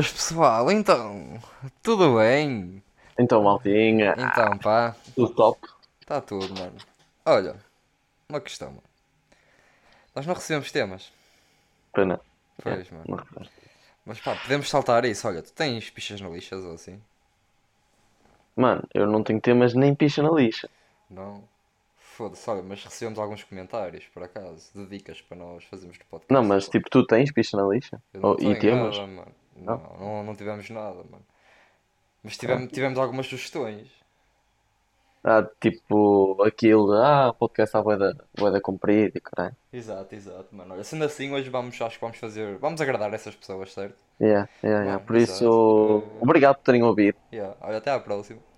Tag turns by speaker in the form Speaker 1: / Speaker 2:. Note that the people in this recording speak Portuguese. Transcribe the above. Speaker 1: pessoal, então, tudo bem?
Speaker 2: Então, Maltinha,
Speaker 1: Então, pá,
Speaker 2: tudo top.
Speaker 1: está tudo, mano. Olha, uma questão, mano. Nós não recebemos temas,
Speaker 2: Pena.
Speaker 1: pois, mano.
Speaker 2: Não reparaste.
Speaker 1: Mas pá, podemos saltar isso. Olha, tu tens pichas na lixa ou assim?
Speaker 2: Mano, eu não tenho temas nem picha na lixa.
Speaker 1: Não? Foda-se, olha, mas recebemos alguns comentários, por acaso, de dicas para nós fazermos no podcast.
Speaker 2: Não, mas tipo, tu tens picha na lixa?
Speaker 1: Eu não
Speaker 2: Oh, e
Speaker 1: tenho
Speaker 2: temas?
Speaker 1: nada, mano. Não, não, não tivemos nada, mano. Mas tivemos, tivemos algumas sugestões.
Speaker 2: Ah, tipo, aquilo, ah, o podcast está bué da bué da comprido e caralho.
Speaker 1: Exato, exato, mano. Olha, sendo assim, hoje vamos, acho que vamos fazer. Vamos agradar essas pessoas, certo?
Speaker 2: Yeah, yeah, yeah.
Speaker 1: Mano,
Speaker 2: Por
Speaker 1: exato.
Speaker 2: isso, obrigado por terem ouvido.
Speaker 1: Yeah. Olha, até à próxima.